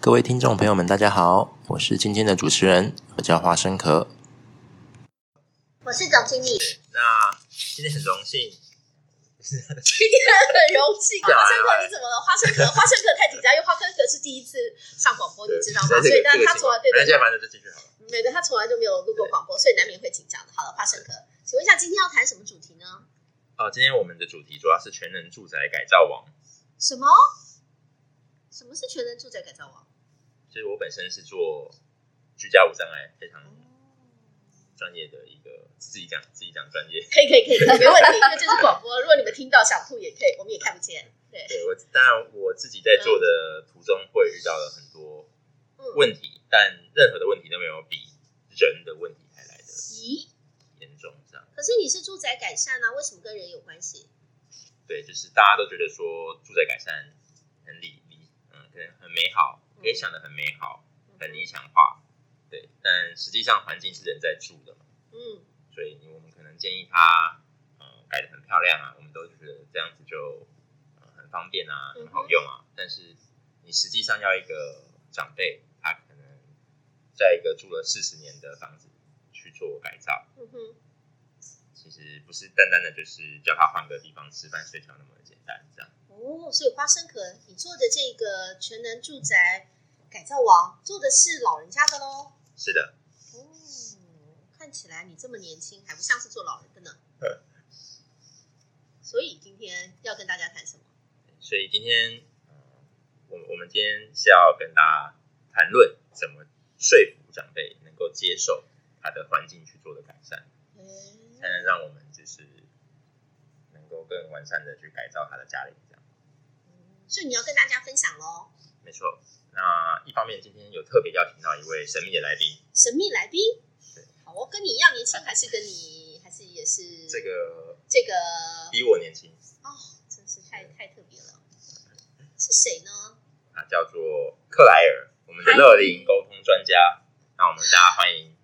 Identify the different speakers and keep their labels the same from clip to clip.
Speaker 1: 各位听众朋友们，大家好，我是今天的主持人，我叫花生壳。
Speaker 2: 我是总经 理，
Speaker 1: 那今天很荣幸，
Speaker 2: 哦很荣幸。
Speaker 1: 对啊
Speaker 2: 花生壳你怎么了？花生壳， 花生壳太紧张，因为花生壳是第一次上广播，你知道吗？所以呢，他从来对对
Speaker 1: 那现
Speaker 2: 对，
Speaker 1: 在反正就进去好了。
Speaker 2: 没对，他从来就没有录过广播，所以难免会紧张的。好了，花生壳，请问一下，今天要谈什么主题呢？
Speaker 1: 哦，今天我们的主题主要是全能住宅改造网。
Speaker 2: 什么？什么是全能住宅改造网？
Speaker 1: 就是我本身是做居家无障碍非常专业的一个自己讲自己讲专业，
Speaker 2: 可以可以可以，没问 题，因为这是广播。如果你们听到想吐也可以，我们也看不见。对，
Speaker 1: 对我当然我自己在做的途中会遇到了很多
Speaker 2: 嗯，
Speaker 1: 问题，但任何的问题都没有比人的问题还来的
Speaker 2: 咦？
Speaker 1: 严重，这样
Speaker 2: 可是你是住宅改善啊，为什么跟人有关系？
Speaker 1: 对，就是大家都觉得说住宅改善很理理，嗯，可能很美好，可
Speaker 2: 嗯
Speaker 1: 以想的很美好，很理想化，对，但实际上环境是人在住的嘛。
Speaker 2: 嗯，
Speaker 1: 所以我们可能建议他，呃，改的很漂亮啊，我们都觉得这样子就、呃、很方便啊，
Speaker 2: 嗯哼
Speaker 1: 很好用啊。但是你实际上要一个长辈，他可能在一个住了四十年的房子去做改造，
Speaker 2: 嗯哼，
Speaker 1: 其实不是单单的就是叫他换个地方吃饭睡觉那么简单，这样
Speaker 2: 哦，所以花生壳，你做的这个全能住宅改造王，做的是老人家的喽。
Speaker 1: 是的。
Speaker 2: 哦，看起来你这么年轻，还不像是做老人的呢。
Speaker 1: 呃
Speaker 2: 所以今天要跟大家谈什么？
Speaker 1: 所以今天，呃，我我们今天是要跟大家谈论怎么说服长辈能够接受他的环境去做的改善。才能让我们就是能够更完善的去改造他的家里，这样
Speaker 2: 嗯所以你要跟大家分享喽。
Speaker 1: 没错。那一方面，今天有特别邀请到一位神秘的来宾，
Speaker 2: 神秘来宾
Speaker 1: 对，
Speaker 2: 好哦，跟你一样年轻，还是跟你，还是也是
Speaker 1: 这个
Speaker 2: 这个
Speaker 1: 比我年轻，
Speaker 2: 哦，真是太太特别了。是谁呢？
Speaker 1: 他叫做克莱尔，我们的乐龄沟通专家。那我们大家欢迎，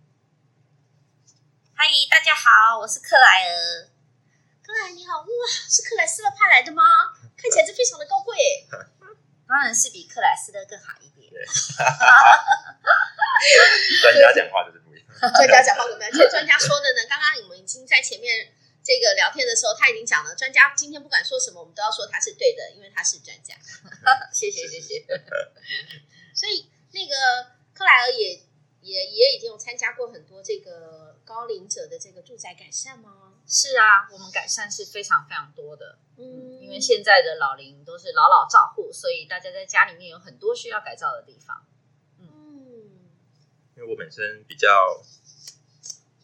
Speaker 3: 嗨，大家好，我是克莱尔。
Speaker 2: 克莱，你好，哇，是克莱斯勒派来 的吗？看起来是非常的高贵耶。
Speaker 3: 当然是比克莱斯勒更好一 点。
Speaker 1: 专家讲话就是不一样。
Speaker 2: 专家讲话怎么样？其实专家说的呢， 刚刚我们已经在前面这个聊天的时候，他已经讲了，专家今天不管说什么，我们都要说他是对的，因为他是专 家。
Speaker 3: 谢谢谢谢。
Speaker 2: 所以那个克莱尔也也也已经有参加过很多这个高龄者的这个住宅改善吗？
Speaker 3: 是啊，我们改善是非常非常多的，
Speaker 2: 嗯
Speaker 3: 因为现在的老龄都是老老照护，所以大家在家里面有很多需要改造的地方。
Speaker 2: 嗯
Speaker 1: 因为我本身比较，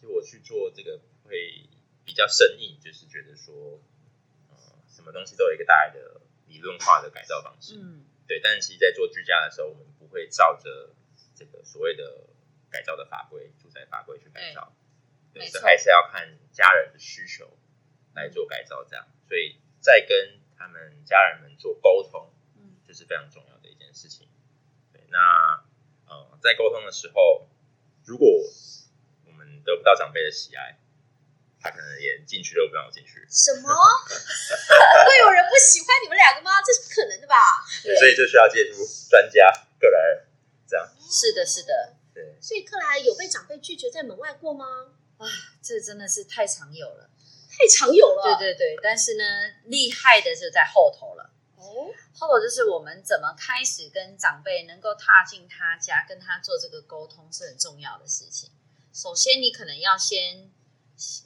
Speaker 1: 就我去做这个会比较生硬，就是觉得说，呃，什么东西都有一个大概的理论化的改造方式。
Speaker 3: 嗯，
Speaker 1: 对，但其实，在做居家的时候，我们不会照着这个所谓的改造的法规、住宅法规去改造，对，
Speaker 3: 没
Speaker 1: 所以
Speaker 3: 错
Speaker 1: 还是要看家人的需求来做改造，这样，所以在跟他们家人们做沟通，
Speaker 3: 嗯，
Speaker 1: 就是非常重要的一件事情。对，那呃，在沟通的时候，如果我们得不到长辈的喜爱，他可能连进去都不让我进去，
Speaker 2: 什 么？会有人不喜欢你们两个吗？这是不可能的吧？
Speaker 3: 对
Speaker 1: 所以就需要借助专家个人，这样，
Speaker 3: 是的是的。
Speaker 1: 对，
Speaker 2: 所以克莱尔有被长辈拒绝在门外过吗？
Speaker 3: 这真的是太常有了，
Speaker 2: 太常有了。
Speaker 3: 对对对，但是呢，厉害的就在后头了。
Speaker 2: 哦，
Speaker 3: 后头就是我们怎么开始跟长辈能够踏进他家，跟他做这个沟通是很重要的事情。首先，你可能要先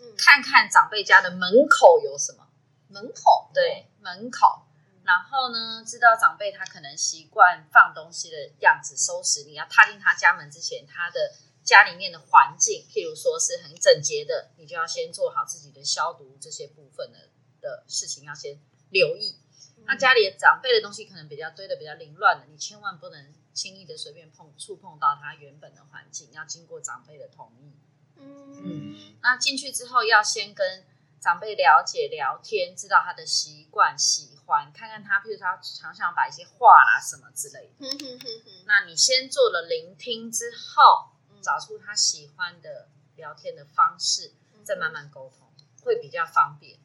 Speaker 2: 嗯，
Speaker 3: 看看长辈家的门口有什么，
Speaker 2: 门口
Speaker 3: 对，门口。然后呢，知道长辈他可能习惯放东西的样子、收拾。你要踏进他家门之前，他的家里面的环境，譬如说是很整洁的，你就要先做好自己的消毒这些部分的的事情，要先留意。
Speaker 2: 嗯
Speaker 3: 那家里的长辈的东西可能比较堆的比较凌乱的，你千万不能轻易的随便碰触碰到它原本的环境，要经过长辈的同意。
Speaker 2: 嗯
Speaker 1: 嗯
Speaker 3: 那进去之后要先跟长辈了解聊天，知道他的习惯、喜欢，看看他，譬如他常常把一些话啦什么之类的。
Speaker 2: 哼哼
Speaker 3: 嗯
Speaker 2: 哼哼，
Speaker 3: 那你先做了聆听之后，
Speaker 2: 嗯
Speaker 3: 找出他喜欢的聊天的方式，再慢慢沟通，会比较方便，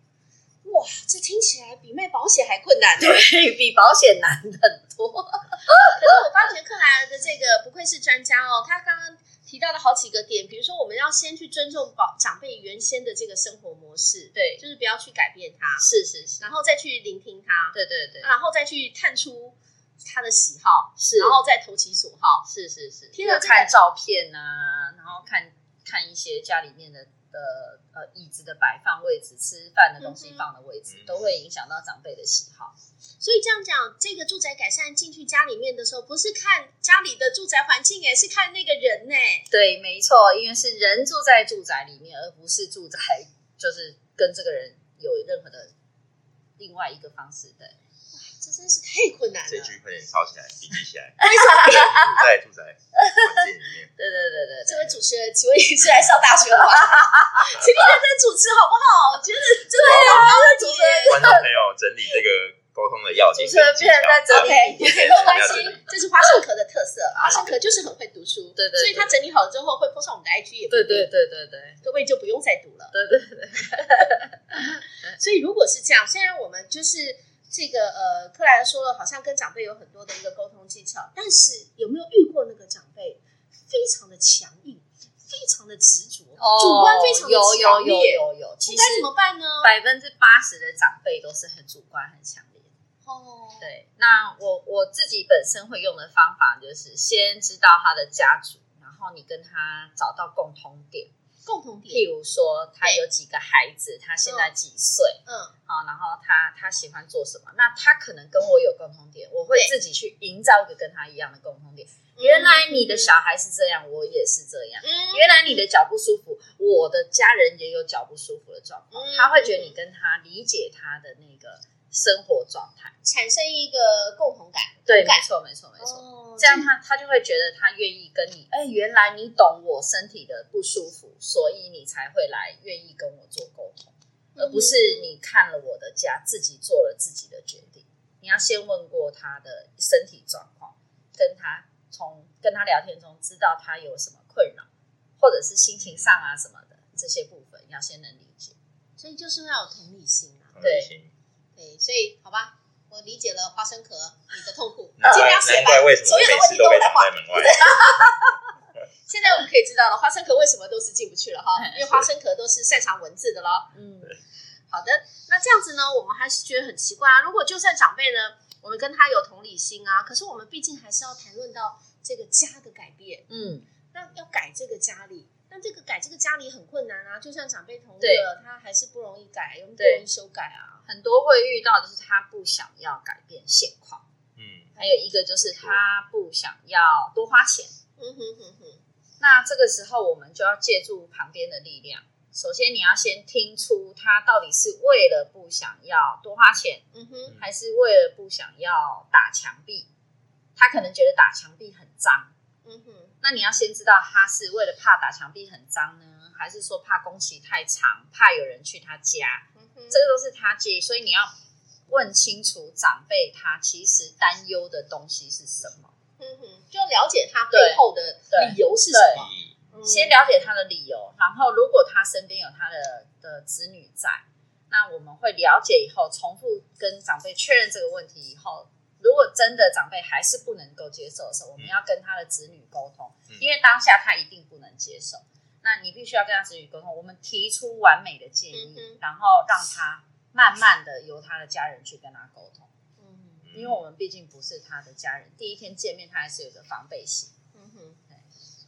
Speaker 2: 哇，这听起来比卖保险还困难呢。
Speaker 3: 对比保险难很多。
Speaker 2: 可是我发觉克莱尔的这个不愧是专家哦，他刚刚提到了好几个点，比如说我们要先去尊重保长辈原先的这个生活模式，，
Speaker 3: 对，
Speaker 2: 就是不要去改变他，
Speaker 3: 是是是，
Speaker 2: 然后再去聆听他，
Speaker 3: 对对对，
Speaker 2: 然后再去探出他的喜好，
Speaker 3: 是
Speaker 2: 然后再投其所好。
Speaker 3: 是是是，
Speaker 2: 天哪
Speaker 3: 要
Speaker 2: 这个
Speaker 3: 看照片啊，然后看看一些家里面的的呃椅子的摆放位置、吃饭的东
Speaker 2: 嗯
Speaker 3: 西
Speaker 2: 哼
Speaker 3: 放的位置，
Speaker 1: 嗯
Speaker 3: 都会影响到长辈的喜好。
Speaker 2: 所以这样讲，这个住宅改善进去家里面的时候，不是看家里的住宅环境，哎，是看那个人呢。
Speaker 3: 对，没错，因为是人住在住宅里面，而不是住宅就是跟这个人有任何的另外一个方式的。
Speaker 2: 这真是太困难了。
Speaker 1: 这句快点抄起来，笔记起来。住在住在环境里 面，
Speaker 3: 对对对对
Speaker 2: 这
Speaker 3: 对
Speaker 2: 位，主持人，请问你是来上大学 吗？请你认真主持好不好？我觉得真的很高的主持人，
Speaker 1: 观众朋友整理这个沟通的要点
Speaker 3: 主持人
Speaker 1: 跟技巧。
Speaker 3: 变在整理
Speaker 2: OK，
Speaker 1: 对
Speaker 2: 没有关
Speaker 1: 要整
Speaker 2: 系
Speaker 1: 理，
Speaker 2: 这是花生壳的特色。花
Speaker 1: 啊
Speaker 2: 生壳就是很会读书，
Speaker 3: 对对对
Speaker 2: 所以他整理好了之后会播上我们的 IG，也不一
Speaker 3: 对
Speaker 2: 定
Speaker 3: 对，对对对
Speaker 2: 各位就不用再读了。
Speaker 3: 对对对，
Speaker 2: 所以如果是这样，虽然我们就是这个呃，克莱尔说了，好像跟长辈有很多的一个沟通技巧，但是有没有遇过那个长辈非常的强硬，非常的执着，主观非常的
Speaker 3: 哦有
Speaker 2: 强
Speaker 3: 有有
Speaker 2: 烈，
Speaker 3: 有有，其
Speaker 2: 应
Speaker 3: 实
Speaker 2: 该怎么办呢？
Speaker 3: 百分之八十的长辈都是很主观很强烈的。
Speaker 2: 哦，
Speaker 3: 对，那我我自己本身会用的方法就是先知道他的家族，然后你跟他找到共通点，
Speaker 2: 共同点，
Speaker 3: 譬如说他有几个孩子，他现在几岁，
Speaker 2: 嗯
Speaker 3: 好、然后他他喜欢做什么，那他可能跟我有共通点，我会
Speaker 2: 对
Speaker 3: 自己去营造一个跟他一样的共通点。原来你的小孩是这样，我也是这样。
Speaker 2: 嗯
Speaker 3: 原来你的脚不舒服，我的家人也有脚不舒服的状况，
Speaker 2: 嗯
Speaker 3: 他会觉得你跟他理解他的那个生活状态。
Speaker 2: 产生一个共同感，
Speaker 3: 对，
Speaker 2: 同
Speaker 3: 没
Speaker 2: 感
Speaker 3: 错，没错，没错。
Speaker 2: 哦
Speaker 3: 这样他他就会觉得他愿意跟你，哎，原来你懂我身体的不舒服，所以你才会来愿意跟我做沟通，而不是
Speaker 2: 嗯
Speaker 3: 你看了我的家自己做了自己的决定。你要先问过他的身体状况，跟他从跟他聊天中知道他有什么困扰，或者是心情上啊什么的这些部分，要先能理解。
Speaker 2: 所以就是要有同理心啊。
Speaker 1: 同理心
Speaker 2: 对，所以好吧，我理解了花生壳你的痛苦，
Speaker 1: 难
Speaker 2: 呃尽
Speaker 1: 怪
Speaker 2: 量写
Speaker 1: 难
Speaker 2: 吧
Speaker 1: 怪。为什么
Speaker 2: 所有的
Speaker 1: 每
Speaker 2: 问
Speaker 1: 次
Speaker 2: 题
Speaker 1: 都
Speaker 2: 都
Speaker 1: 被
Speaker 2: 来
Speaker 1: 挡
Speaker 2: 画。
Speaker 1: 在门 外。
Speaker 2: 现在我们可以知道了，花生壳为什么都是进不去了 哈，因为花生壳都是擅长文字的咯。
Speaker 3: 嗯，
Speaker 2: 好的，那这样子呢，我们还是觉得很奇怪啊。如果就算长辈呢，我们跟他有同理心啊，可是我们毕竟还是要谈论到这个家的改变，
Speaker 3: 嗯，
Speaker 2: 那要改这个家里。那这个改这个家里很困难啊，就算长辈同意
Speaker 3: 对
Speaker 2: 了，他还是不容易改，又不
Speaker 3: 对
Speaker 2: 容易修改啊。
Speaker 3: 很多会遇到就是他不想要改变现况。
Speaker 1: 嗯，
Speaker 3: 还有一个就是他不想要多花钱。
Speaker 2: 嗯哼哼哼，
Speaker 3: 那这个时候我们就要借助旁边的力量。首先，你要先听出他到底是为了不想要多花钱，
Speaker 2: 嗯哼，
Speaker 3: 还是为了不想要打墙壁。他可能觉得打墙壁很脏，
Speaker 2: 嗯哼，
Speaker 3: 那你要先知道他是为了怕打墙壁很脏呢，还是说怕工期太长，怕有人去他家，
Speaker 2: 嗯哼
Speaker 3: 这个都是他介意。所以你要问清楚长辈他其实担忧的东西是什么。
Speaker 2: 嗯哼，就了解他背后的理由是什么。
Speaker 1: 意义
Speaker 2: 嗯
Speaker 3: 先了解他的理由，然后如果他身边有他的的子女在，那我们会了解以后，重复跟长辈确认这个问题以后，如果真的长辈还是不能够接受的时候，我们要跟他的子女沟通，
Speaker 1: 嗯
Speaker 3: 因为当下他一定不能接受，那你必须要跟他子女沟通，我们提出完美的建议，
Speaker 2: 嗯哼
Speaker 3: 然后让他慢慢的由他的家人去跟他沟通，
Speaker 2: 嗯
Speaker 1: 嗯
Speaker 3: 因为我们毕竟不是他的家人，第一天见面他还是有一个防备心。
Speaker 2: 嗯哼，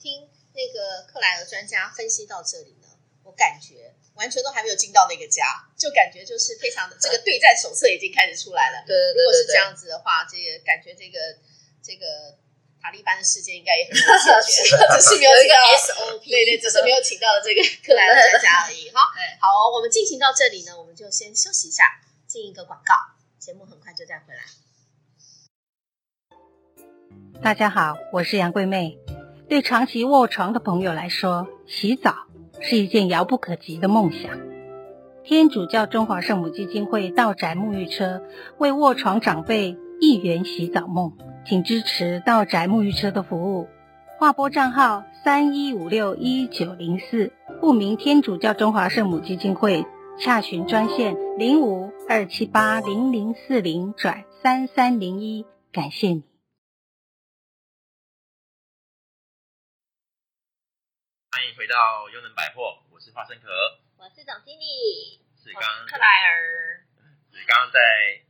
Speaker 2: 听那个克莱尔专家分析到这里呢，我感觉完全都还没有进到那个家，就感觉就是非常的这个对战手册已经开始出来了。
Speaker 3: 对对对对
Speaker 2: 如果是这
Speaker 3: 对
Speaker 2: 样子的话，这个感觉这个这个塔利班的事件应该也很难解决，只 是没有这个 SOP，对对，只是没有请到这个克莱尔专家而已哈
Speaker 3: 对。
Speaker 2: 好，我们进行到这里呢，我们就先休息一下，进一个广告。节目很快就再回来。
Speaker 4: 大家好，我是杨桂妹。对长期卧床的朋友来说，洗澡是一件遥不可及的梦想。天主教中华圣母基金会道宅沐浴车为卧床长辈一元洗澡梦，请支持道宅沐浴车的服务。划拨账号三一五六一九零四，户名天主教中华圣母基金会，洽询专线零五二七八零零四零转三三零一。感谢你。
Speaker 1: 欢迎回到优能百货，我是花生壳，
Speaker 2: 我是总经理，
Speaker 1: 是刚刚
Speaker 3: 克莱尔，
Speaker 1: 是刚刚在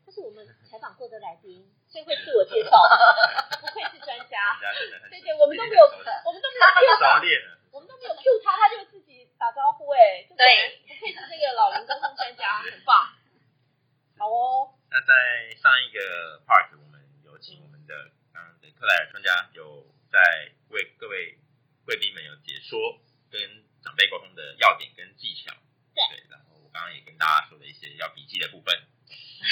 Speaker 2: 这是我们采访过的来宾，最会自我介 绍的，不愧是专家。
Speaker 1: 大家真的很
Speaker 2: 对对，我们都没有，我们都没有 Q
Speaker 1: 熟
Speaker 2: 他，
Speaker 1: 练了，
Speaker 2: 我们都没有 Q 他，他就自己打招呼哎、这种人
Speaker 3: 对，
Speaker 2: 不愧是这个老龄沟通专家，很棒。好哦，
Speaker 1: 那在上一个 part，我们有请我们的刚刚的克莱尔专家有在为各位贵宾们有解说跟长辈沟通的要点跟技巧。
Speaker 2: 对
Speaker 1: 然后我刚刚也跟大家说了一些要笔记的 部分。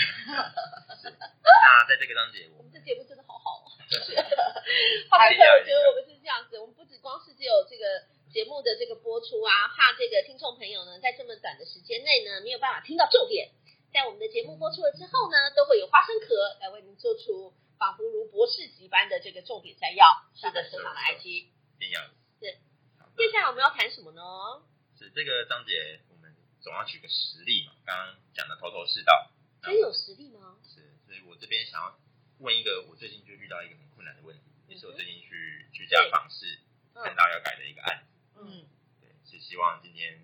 Speaker 1: 是那在这个章节，
Speaker 2: 我
Speaker 1: 我
Speaker 2: 们这
Speaker 1: 们
Speaker 2: 节目真的好好哦。话题我觉得我们是这样子，我们不只光是只有这个节目的这个播出啊，怕这个听众朋友呢在这么短的时间内呢没有办法听到重点。在我们的节目播出了之后呢，都会有花生壳来为您做出仿佛如博士级般的这个重点摘要。
Speaker 3: 是的
Speaker 2: 上了的 IG。
Speaker 1: 一定要
Speaker 2: 是
Speaker 1: 好的
Speaker 2: 接下来我们要谈什么呢？
Speaker 1: 是这个章节，我们总要举个实例嘛，刚刚讲的头头是道。
Speaker 2: 真有实力吗？
Speaker 1: 是，所以我这边想要问一个，我最近就遇到一个很困难的问题，也是我最近去居家访视
Speaker 2: 嗯
Speaker 1: 看到要改的一个案子。
Speaker 3: 嗯，
Speaker 1: 对，是希望今天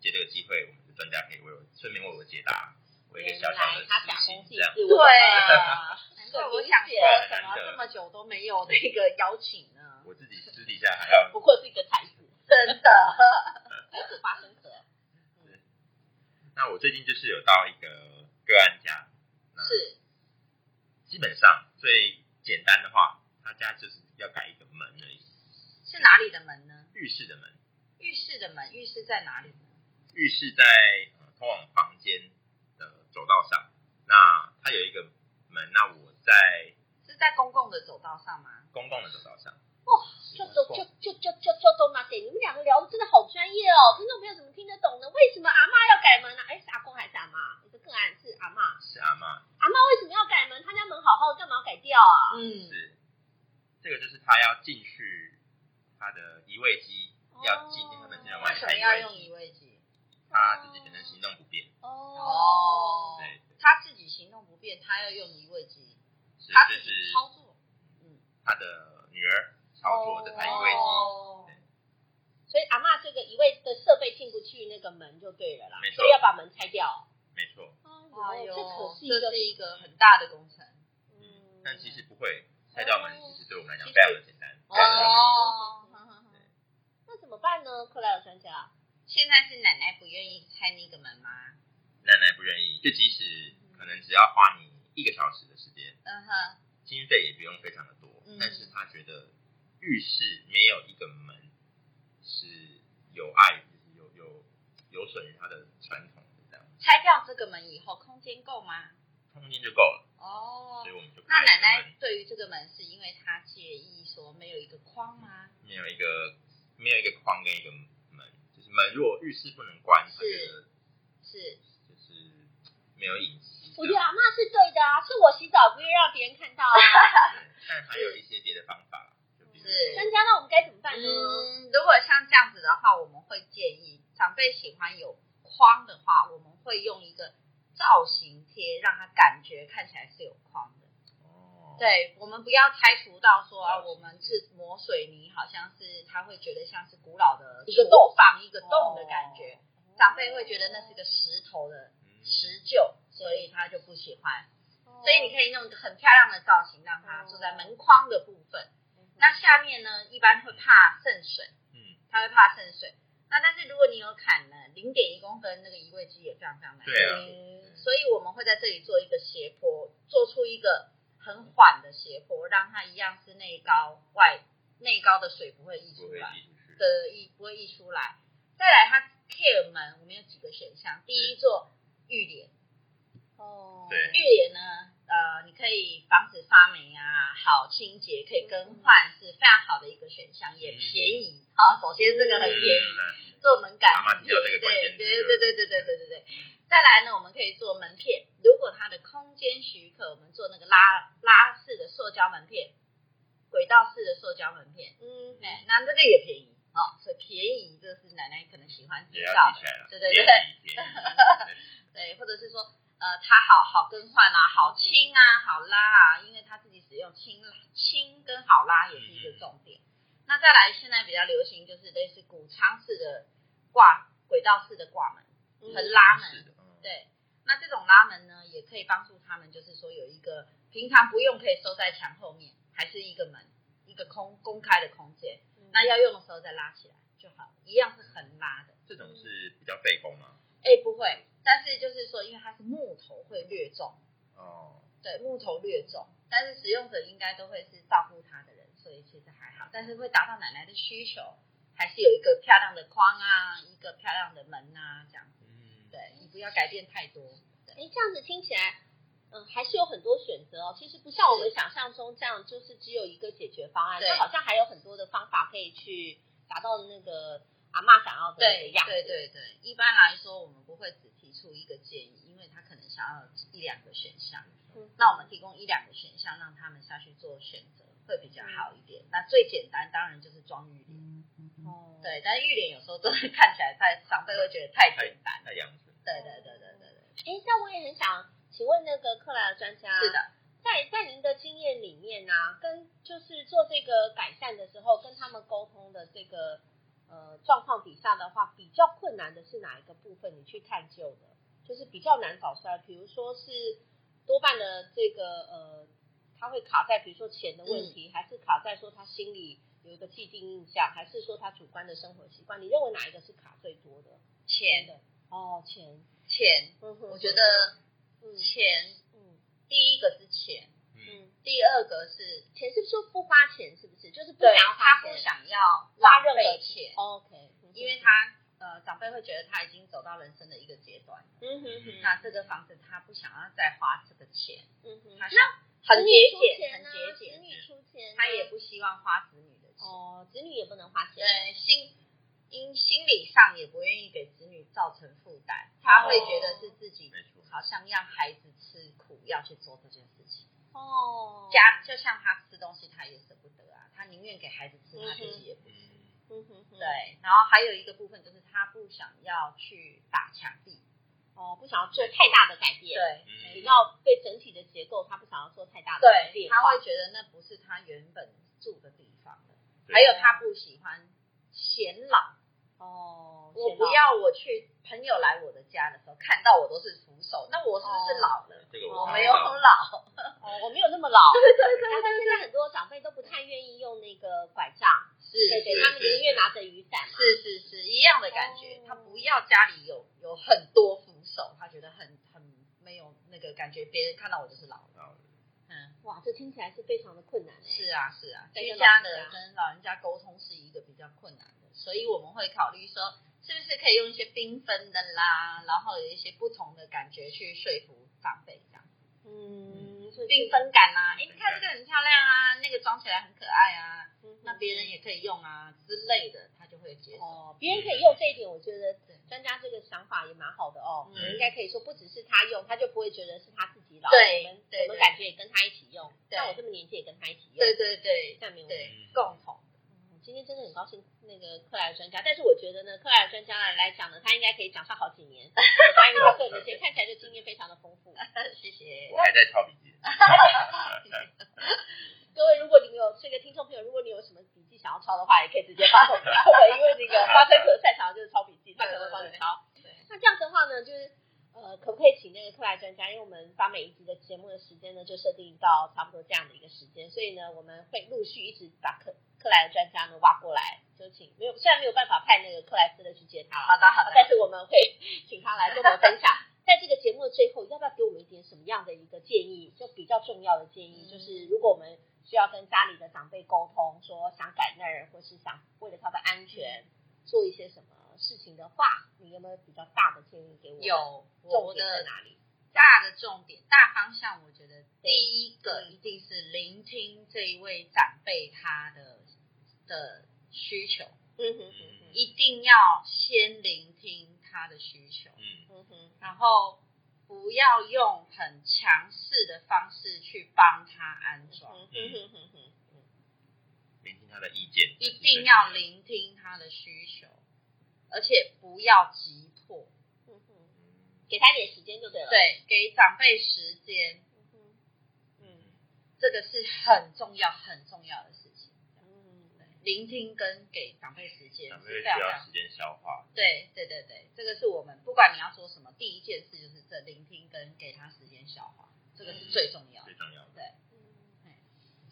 Speaker 1: 借这个机会，我们的专家可以为我顺便为我解答我一个
Speaker 2: 原
Speaker 1: 小小
Speaker 2: 来
Speaker 1: 的
Speaker 2: 他假
Speaker 1: 事
Speaker 2: 公济
Speaker 1: 情，这样
Speaker 2: 私，
Speaker 3: 对
Speaker 2: 啊
Speaker 3: 啊，
Speaker 2: 难怪
Speaker 3: 对，
Speaker 2: 我
Speaker 3: 我
Speaker 2: 想
Speaker 3: 想
Speaker 2: 说
Speaker 3: 说，
Speaker 1: 怎
Speaker 3: 怎
Speaker 1: 么
Speaker 3: 么
Speaker 1: 这
Speaker 3: 这
Speaker 1: 么
Speaker 3: 么久都没有那个邀请呢？
Speaker 1: 我自己私底下还 要
Speaker 2: 不愧是一个才子，
Speaker 3: 真的，
Speaker 2: 才子花生壳。
Speaker 1: 那我最近就是有到一个个案家，那
Speaker 2: 是
Speaker 1: 基本上最简单的话，他家就是要改一个门而已，
Speaker 3: 是哪里的门呢？
Speaker 1: 浴室的门，
Speaker 3: 浴室的门，浴室在哪里呢？
Speaker 1: 浴室在、呃、通往房间的走道上，那它有一个门，那我在
Speaker 3: 是在公共的走道上吗？
Speaker 1: 公共的走道上。
Speaker 2: 哇，就就就就就就就都拿给你们两个聊的真的好专业哦，听众朋友怎么听得懂呢？为什么阿妈要改门呢、哎，是阿公还是阿妈？你的个案是阿妈，
Speaker 1: 是阿妈，
Speaker 2: 阿妈为什么要改门？她家门好好的，干嘛要改掉啊？
Speaker 3: 嗯，
Speaker 1: 是这个就是他要进去他的移位机，要进
Speaker 2: 哦
Speaker 1: 他本身要
Speaker 3: 为
Speaker 1: 买
Speaker 3: 什
Speaker 1: 台
Speaker 3: 么要
Speaker 1: 移
Speaker 3: 用
Speaker 1: 位
Speaker 3: 移
Speaker 1: 机，
Speaker 3: 位机？
Speaker 1: 他自己可能行动不便，
Speaker 2: 哦
Speaker 3: 哦，
Speaker 1: 对，
Speaker 3: 他自己行动不便，他要用移位机，
Speaker 1: 是
Speaker 3: 他
Speaker 1: 就
Speaker 3: 自己
Speaker 1: 是
Speaker 3: 操作。嗯，
Speaker 1: 他的女儿操作这台移位机，
Speaker 3: 哦
Speaker 1: 对
Speaker 2: 所以阿妈这个移位的设备进不去那个门就对了啦
Speaker 1: 没，错
Speaker 2: 所以要把门拆掉。
Speaker 1: 没错。
Speaker 3: 哎呦，
Speaker 2: 这可是一
Speaker 3: 这
Speaker 2: 个
Speaker 3: 是，一个很大的工程。
Speaker 1: 嗯，但其实不会，拆掉门其实对我们来讲非常的简单，非常的
Speaker 3: 哦，
Speaker 2: 那怎么办呢？克莱尔专
Speaker 3: 啊
Speaker 2: 家，
Speaker 3: 现在是奶奶不愿意开那个门吗？
Speaker 1: 奶奶不愿意，就即使可能只要花你一个小时的时间，
Speaker 3: 嗯哼，
Speaker 1: 经费也不用非常的多，
Speaker 3: 嗯
Speaker 1: 但是他觉得浴室没有一个门是有碍，就是有有有损于他的传统的这样，
Speaker 3: 拆掉这个门以后，空间够吗？
Speaker 1: 空间就够了，
Speaker 3: 哦
Speaker 1: 所以，我们就
Speaker 3: 那
Speaker 1: 开了一
Speaker 3: 奶
Speaker 1: 个
Speaker 3: 奶
Speaker 1: 门
Speaker 3: 对于这个门是因为她介意说没有一个框吗？
Speaker 1: 没有一个没有一个框跟一个门，就是门如果浴室不能关，他觉得
Speaker 3: 是
Speaker 1: 就是没有隐私
Speaker 2: 我
Speaker 1: 这
Speaker 2: 觉得阿
Speaker 1: 样，
Speaker 2: 妈是对的啊，是我洗澡不愿意让别人看到啊。
Speaker 1: 对但还有一些别的方法，就比如说
Speaker 3: 是
Speaker 2: 专家，那我们该怎么办呢？
Speaker 3: 嗯，如果像这样子的话，我们会建议长辈喜欢有框的话，我们会用一个造型贴，让他感觉看起来是有框的。
Speaker 1: 哦，
Speaker 3: 对，我们不要拆除到说啊，
Speaker 1: 造型
Speaker 3: 我们是抹水泥，好像是他会觉得像是古老的
Speaker 2: 一个
Speaker 3: 厨
Speaker 2: 洞
Speaker 3: 房一个洞的感觉，
Speaker 2: 哦
Speaker 3: 长辈会觉得那是个石头的
Speaker 1: 嗯
Speaker 3: 持久，所以他就不喜欢。
Speaker 2: 哦，
Speaker 3: 所以你可以弄一个很漂亮的造型，让他坐在门框的部分。那下面呢，一般会怕渗水。
Speaker 1: 嗯，
Speaker 3: 他会怕渗水。那但是如果你有砍呢，零点一公分那个移位机也非常非常难。
Speaker 1: 对啊
Speaker 2: 嗯
Speaker 3: 所以我们会在这里做一个斜坡，做出一个很缓的斜坡，让它一样是内高外内高的水不会溢
Speaker 1: 不
Speaker 3: 出
Speaker 1: 会
Speaker 3: 来
Speaker 1: 移出去，
Speaker 3: 的溢不会溢出来。再来，它 care 门我们有几个选项，第一做浴帘，
Speaker 2: 哦，
Speaker 1: 对
Speaker 3: 浴帘呢，呃，你可以防止发霉啊，好清洁，可以更换，是非常好的一个选项，也
Speaker 1: 嗯
Speaker 3: 便宜啊。首先这个很便宜，做门
Speaker 1: 妈
Speaker 3: 杆
Speaker 1: 妈
Speaker 3: 很
Speaker 1: 提
Speaker 3: 便
Speaker 1: 到啊这
Speaker 3: 宜，对
Speaker 1: 个关键
Speaker 3: 对
Speaker 1: 字
Speaker 3: 对对对对对对对。再来呢，我们可以做门片，如果它的空间许可，我们做那个拉拉式的塑胶门片，轨道式的塑胶门片，
Speaker 2: 嗯，
Speaker 3: 哎，那这个也便宜哦，所以便宜这是奶奶可能喜欢
Speaker 1: 也
Speaker 3: 知
Speaker 1: 要
Speaker 3: 道
Speaker 1: 记起来了，
Speaker 3: 对对
Speaker 1: 便宜
Speaker 3: 对，
Speaker 1: 便宜
Speaker 3: 对，或者是说，呃，它好好更换啊，好清啊，
Speaker 1: 嗯
Speaker 3: 好拉啊，因为它自己使用轻轻跟好拉也是一个重点。那再来，现在比较流行就是类似谷仓式的挂轨道式的挂门，很拉
Speaker 1: 是
Speaker 3: 门。
Speaker 1: 的，嗯，
Speaker 3: 对，那这种拉门呢，也可以帮助他们，就是说有一个平常不用可以收在墙后面，还是一个门，一个空公开的空间。那要用的时候再拉起来就好，一样是横拉的。
Speaker 1: 这种是比较费工吗？
Speaker 3: 哎，不会，但是就是说，因为它是木头会略重，
Speaker 1: 哦，
Speaker 3: 对，木头略重，但是使用者应该都会是照顾它的人，所以其实还好，但是会达到奶奶的需求，还是有一个漂亮的框啊，一个漂亮的门啊，这样子。
Speaker 1: 嗯，
Speaker 3: 对你不要改变太多，
Speaker 2: 哎，这样子听起来，嗯，还是有很多选择哦。其实不像我们想象中这样，就是只有一个解决方案，
Speaker 3: 对
Speaker 2: 它好像还有很多的方法可以去达到那个阿嬷想要的样子。
Speaker 3: 对对对，一般来说我们不会只提出一个建议，因为他可能想要一两个选项，
Speaker 2: 嗯
Speaker 3: 那我们提供一两个选项让他们下去做选择会比较好一
Speaker 2: 嗯
Speaker 3: 点。那最简单当然就是装浴帘，
Speaker 2: 哦，
Speaker 3: 对，但是浴帘有时候真的看起来太长辈会觉得太简单，
Speaker 1: 太阳神，
Speaker 3: 对对对对对对。
Speaker 2: 哎，那我也很想请问那个克莱的专家，
Speaker 3: 是的，，
Speaker 2: 在在您的经验里面呢、跟就是做这个改善的时候，跟他们沟通的这个呃状况底下的话，比较困难的是哪一个部分？你去探究的，就是比较难找出来。比如说是多半的这个呃，他会卡在比如说钱的问题，还是卡在说他心里有一个既定印象，还是说他主观的生活习惯？你认为哪一个是卡最多的？
Speaker 3: 钱
Speaker 2: 的哦，钱，
Speaker 3: 钱，
Speaker 2: 嗯哼
Speaker 3: 我觉得
Speaker 2: 嗯
Speaker 3: 钱
Speaker 2: 嗯
Speaker 3: 第一个是钱，
Speaker 1: 嗯，
Speaker 2: 嗯，
Speaker 3: 第二个是
Speaker 2: 钱是不是说不花钱？是不是就是不
Speaker 3: 对
Speaker 2: 想要
Speaker 3: 他
Speaker 2: 花
Speaker 3: 不
Speaker 2: 钱？
Speaker 3: 想要
Speaker 2: 花
Speaker 3: 浪
Speaker 2: 任何哦
Speaker 3: 费钱，
Speaker 2: OK，嗯
Speaker 3: 因为他呃长辈会觉得他已经走到人生的一个阶段了，
Speaker 2: 嗯哼哼，
Speaker 3: 那这个房子他不想要再花这个钱，
Speaker 2: 嗯哼，
Speaker 3: 他想很节俭，很节
Speaker 2: 子
Speaker 3: 俭，
Speaker 2: 女出钱啊，
Speaker 3: 他也不希望花子女的钱，
Speaker 2: 哦，子女也不能花钱，
Speaker 3: 对呃心。因心理上也不愿意给子女造成负担，
Speaker 2: 哦
Speaker 3: 他会觉得是自己
Speaker 1: 没错
Speaker 3: 好像让孩子吃苦，要去做这件事情。
Speaker 2: 哦，
Speaker 3: 家就像他吃东西，他也舍不得啊，他宁愿给孩子吃，他自己也不吃。
Speaker 1: 嗯
Speaker 2: 嗯哼哼，，
Speaker 3: 对，然后还有一个部分就是他不想要去打墙壁，
Speaker 2: 哦，不想要做太大的改变，，
Speaker 3: 对
Speaker 1: 嗯
Speaker 2: 比较对整体的结构，他不想要做太大的
Speaker 3: 对，
Speaker 2: 变
Speaker 3: 他
Speaker 2: 化
Speaker 3: 会，觉得那不是他原本住的地方
Speaker 2: 啊
Speaker 3: 了。
Speaker 1: 对
Speaker 3: 还有他不喜欢显老，
Speaker 2: 哦，
Speaker 3: 我
Speaker 2: 显
Speaker 3: 不
Speaker 2: 老，
Speaker 3: 要我去朋友来我的家的时候看到我都是扶手，那我是不是老了？
Speaker 1: 这个
Speaker 3: 我
Speaker 1: 看
Speaker 3: 没有
Speaker 1: 到
Speaker 3: 老，
Speaker 2: 哦，我没有那么老，对对对，但现在很多长辈都不太愿意用那个拐杖，
Speaker 3: 是
Speaker 2: 对对，
Speaker 1: 是
Speaker 2: 他们宁愿拿着雨伞嘛，
Speaker 3: 是是是一样的感觉
Speaker 2: 哦。
Speaker 3: 他不要家里有有很多扶手，他觉得很很没有那个感觉，别人看到我就是老了。
Speaker 1: 到了
Speaker 3: 嗯，
Speaker 2: 哇，这听起来是非常的困难哎，
Speaker 3: 是啊是啊，
Speaker 2: 对
Speaker 3: 居
Speaker 2: 跟
Speaker 3: 家
Speaker 2: 老人
Speaker 3: 的
Speaker 2: 家
Speaker 3: 跟老人家沟通是一个比较困难的，所以我们会考虑说，是不是可以用一些缤纷的啦，然后有一些不同的感觉去说服长辈这样。
Speaker 2: 嗯，
Speaker 3: 缤纷感啊，哎、你看这个很漂亮啊，那个装起来很可爱啊，
Speaker 2: 嗯
Speaker 3: 那别人
Speaker 2: 也。
Speaker 3: 也可以用啊之类的，他就会接受。
Speaker 2: 哦，别人可以用这一点，我觉得专家这个想法也蛮好的哦。我
Speaker 3: 嗯
Speaker 2: 们应该可以说，不只是他用，他就不会觉得是他自己老。
Speaker 3: 对
Speaker 2: 我们
Speaker 3: 对
Speaker 2: 我们
Speaker 3: 对
Speaker 2: 感觉也跟他一起用。
Speaker 3: 对
Speaker 2: 像我这么年纪也跟他一起用。
Speaker 3: 对对对
Speaker 2: 这样没有问题。
Speaker 3: 对，共同
Speaker 2: 嗯今天真的很高兴那个克莱尔专家，但是我觉得呢，克莱尔专家来来讲呢，他应该可以讲上好几 年。有关于他个人的经验，看起来就经验非常的丰富。
Speaker 3: 的， 谢谢
Speaker 1: 我。还在抄笔记，
Speaker 2: 各位，如果你们有这个听众朋友，如果你有什么笔记想要抄的话，也可以直接发我们，因为那个花生壳擅长的就是抄笔记，他可能会帮你抄。
Speaker 3: 对，
Speaker 2: 那这样的话呢，就是呃，可不可以请那个克莱专家？因为我们把每一集的节目的时间呢，就设定到差不多这样的一个时间，所以呢，我们会陆续一直把克克莱的专家呢挖过来，就请没有虽然没有办法派那个克莱斯勒去接他
Speaker 3: 好
Speaker 2: 啦，
Speaker 3: 的好的，
Speaker 2: 但是我们会请他来跟我们分享。在这个节目的最后，要不要给我们一点什么样的一个建议？就比较重要的建议，
Speaker 3: 嗯
Speaker 2: 就是如果我们需要跟家里的长辈沟通，说想改那儿，或是想为了他的安全做一些什么事情的话，你有没有比较大的建议给我们？
Speaker 3: 有
Speaker 2: 重
Speaker 3: 我
Speaker 2: 点在
Speaker 3: 的
Speaker 2: 哪里？
Speaker 3: 大的重点、大方向，我觉得第一个一定是聆听这一位长辈他的的需求，
Speaker 2: 嗯哼嗯哼
Speaker 3: 一定要先聆听他的需求，
Speaker 1: 嗯
Speaker 2: 嗯哼
Speaker 3: 然后不要用很强势的方式去帮他安装，
Speaker 2: 嗯哼嗯哼，
Speaker 1: 聆听他的意见，
Speaker 3: 一定要聆听他的需求，而且不要急迫，
Speaker 2: 嗯哼，给他一点时间就对了。，
Speaker 3: 对，给长辈时间，
Speaker 2: 嗯嗯
Speaker 3: 这个是很重要、很重要的事情。
Speaker 2: 嗯，
Speaker 3: 对聆听跟给长辈时间
Speaker 1: 长辈
Speaker 3: 是
Speaker 1: 需
Speaker 3: 非常非
Speaker 1: 要
Speaker 3: 常
Speaker 1: 时间消化。
Speaker 3: 对对对对，这个是我们不管你要说什么，第一件事就是这聆听跟给他时间消化，这个是最重要的
Speaker 1: 最。重要的。
Speaker 3: 对，
Speaker 2: 嗯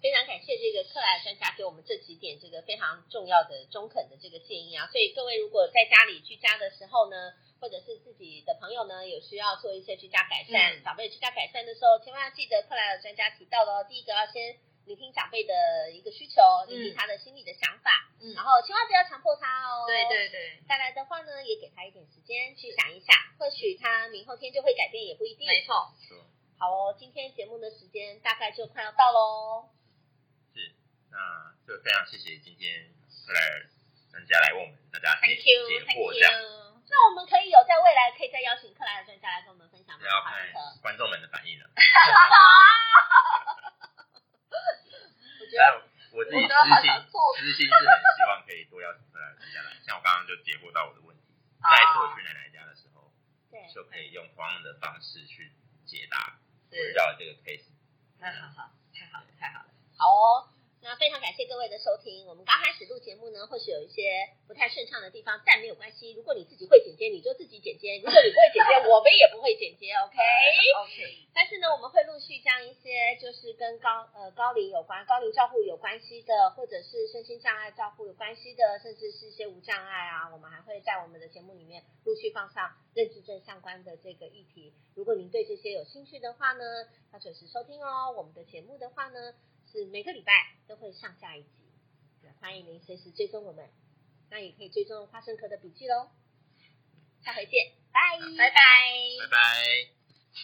Speaker 2: 非常感谢这个克莱专家给我们这几点这个非常重要的中肯的这个建议啊！所以各位如果在家里居家的时候呢，或者是自己的朋友呢有需要做一些居家改善、
Speaker 3: 嗯
Speaker 2: 长辈居家改善的时候，千万要记得克莱尔专家提到的哦，第一个要先聆听长辈的一个需求，聆听他的心里的想法，
Speaker 3: 嗯
Speaker 2: 然后千万不要强迫他哦。
Speaker 3: 对。对对，
Speaker 2: 再来的话呢，也给他一点时间去想一想，或许他明后天就会改变，也不一定。
Speaker 3: 没错。
Speaker 1: 说
Speaker 2: 好哦，今天节目的时间大概就快要到喽。
Speaker 1: 是，那就非常谢谢今天克莱尔专家来为我们大家解
Speaker 2: Thank you,
Speaker 1: 解
Speaker 2: thank
Speaker 1: 惑
Speaker 2: you
Speaker 1: 这样，。
Speaker 2: 那我们可以有在未来可以再邀请克莱尔专家来跟我们分享
Speaker 1: 这
Speaker 2: 吗？
Speaker 1: 要
Speaker 2: 好
Speaker 1: 看
Speaker 2: 的，
Speaker 1: 观众们的反应了。
Speaker 2: 我觉
Speaker 1: 但
Speaker 2: 得
Speaker 1: 我自己私
Speaker 3: 我都好
Speaker 1: 心
Speaker 3: 想做
Speaker 1: 私心是很希望可以多邀请克莱尔专家来，像我刚刚就解惑到我的问题，
Speaker 3: 啊
Speaker 1: 下一次我去奶奶家的时候，
Speaker 2: 对，
Speaker 1: 就可以用同样的方式去解答我遇
Speaker 3: 是，
Speaker 1: 到的这个 case。
Speaker 3: 太好好，太好了，太好了。
Speaker 2: 好哦。那非常感谢各位的收听。我们刚开始录节目呢，或许有一些不太顺畅的地方，但没有关系。如果你自己会剪接，你就自己剪接；如果你不会剪接，我们也不会剪接，OK？
Speaker 3: OK，
Speaker 2: 但是呢，我们会陆续将一些就是跟高呃高龄有关、高龄照护有关系的，或者是身心障碍照护有关系的，甚至是一些无障碍啊，我们还会在我们的节目里面陆续放上认知症相关的这个议题。如果您对这些有兴趣的话呢，要准时收听哦。我们的节目的话呢，是每个礼拜都会上下一集，也欢迎您随时追踪我们，那也可以追踪花生壳的笔记喽。下回见，拜
Speaker 3: 拜拜。
Speaker 1: 拜拜。